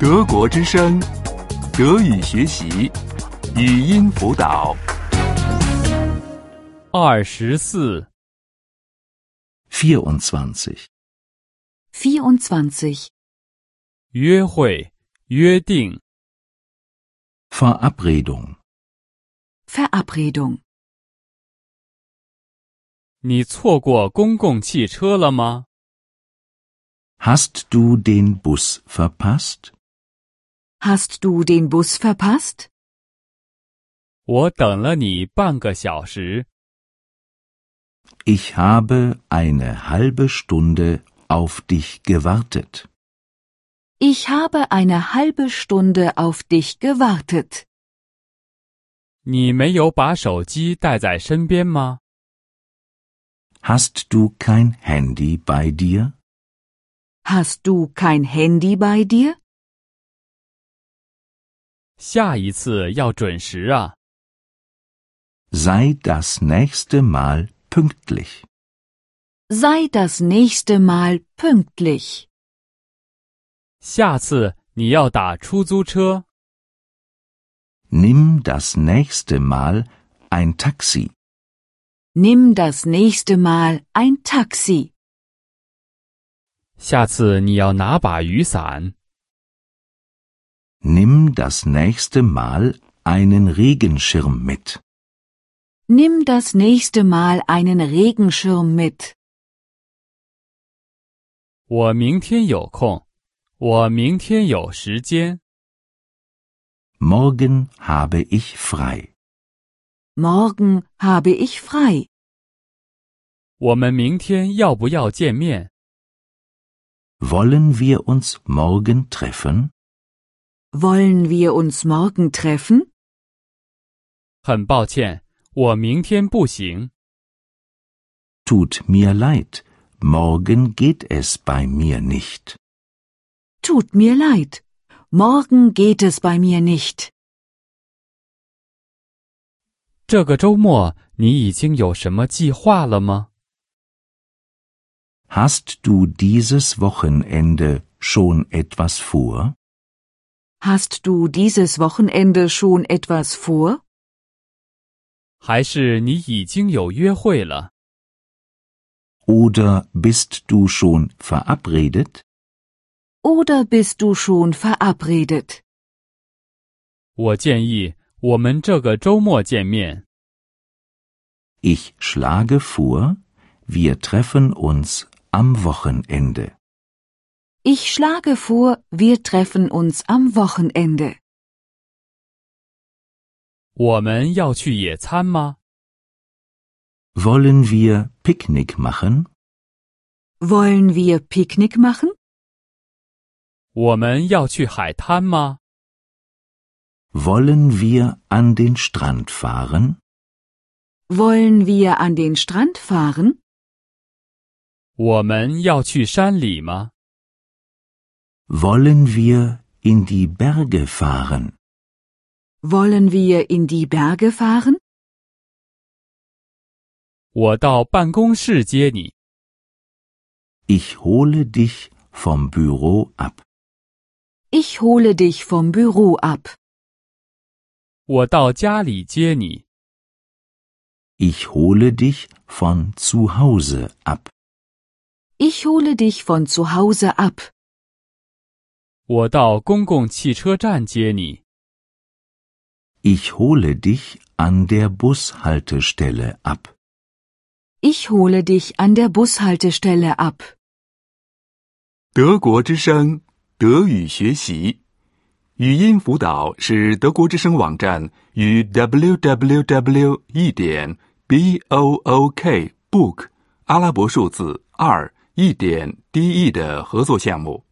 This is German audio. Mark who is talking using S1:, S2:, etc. S1: 德国之声，德语学习，语音辅导。
S2: 二十四，
S3: 24.
S4: 24.
S2: 约会，约定，
S3: Verabredung.
S4: Verabredung.
S2: 你错过公共汽车了吗？
S3: Hast du den Bus verpasst?
S4: Hast du den Bus verpasst?
S2: 我等了你半个小时。
S3: Ich habe eine halbe Stunde auf dich gewartet.
S4: Ich habe eine halbe Stunde auf dich gewartet.
S2: 你没有把手机带在身边吗？
S3: Hast du kein Handy bei dir?
S4: Hast du kein Handy bei dir?
S2: 下一次要准时啊！
S3: Sei das nächste Mal pünktlich.
S4: Sei das nächste Mal pünktlich.
S2: 下次你要打出租车。
S3: Nimm das nächste Mal ein Taxi.
S4: Nimm das nächste Mal ein Taxi.
S2: 下次你要拿把雨伞。
S3: Nimm das nächste Mal einen Regenschirm mit.
S4: Nimm das nächste Mal einen Regenschirm mit.
S2: 我明天有空，我明天有时间。
S3: Morgen habe ich frei.
S4: Morgen habe ich frei.
S2: 我们明天要不要见面？
S3: Wollen wir uns morgen treffen?
S4: Wollen wir uns morgen treffen?
S2: 很抱歉，我明天不行。
S3: Tut mir leid, morgen geht es bei mir nicht.
S4: Tut mir leid. Morgen geht es bei mir nicht.
S2: 这个周末你已经有什么计划了吗？
S3: Hast du dieses Wochenende schon etwas vor?
S4: Hast du dieses Wochenende schon etwas vor?
S2: 还是你已经有约会了？
S3: Oder bist du schon verabredet?
S4: Oder bist du schon verabredet?
S2: 我建议我们这个周末见面。
S3: Ich schlage vor, wir treffen uns am Wochenende.
S4: Ich schlage vor, wir treffen uns am Wochenende.
S2: 我们要去野餐吗？
S3: Wollen wir Picknick machen?
S4: Wollen wir Picknick machen?
S2: 我们要去海滩吗？
S3: Wollen wir an den Strand fahren?
S4: Wollen wir an den Strand fahren?
S2: 我们要去山里吗？
S3: Wollen wir in die Berge fahren?
S4: Wollen wir in die Berge fahren?
S2: 我到办公室接你。
S3: Ich hole dich vom Büro ab.
S4: Ich hole dich vom Büro ab.
S2: 我到家里接你。
S3: Ich hole dich von zu Hause ab.
S4: Ich hole dich von zu Hause ab.
S2: 我到公共汽车站接你。
S3: Ich hole dich an der Bushaltestelle ab.
S4: Ich hole dich an der Bushaltestelle ab.
S1: 德国之声，德语学习，语音辅导是德国之声网站与 www. 一点 b o o k book 阿拉伯数字二一点 d e 的合作项目。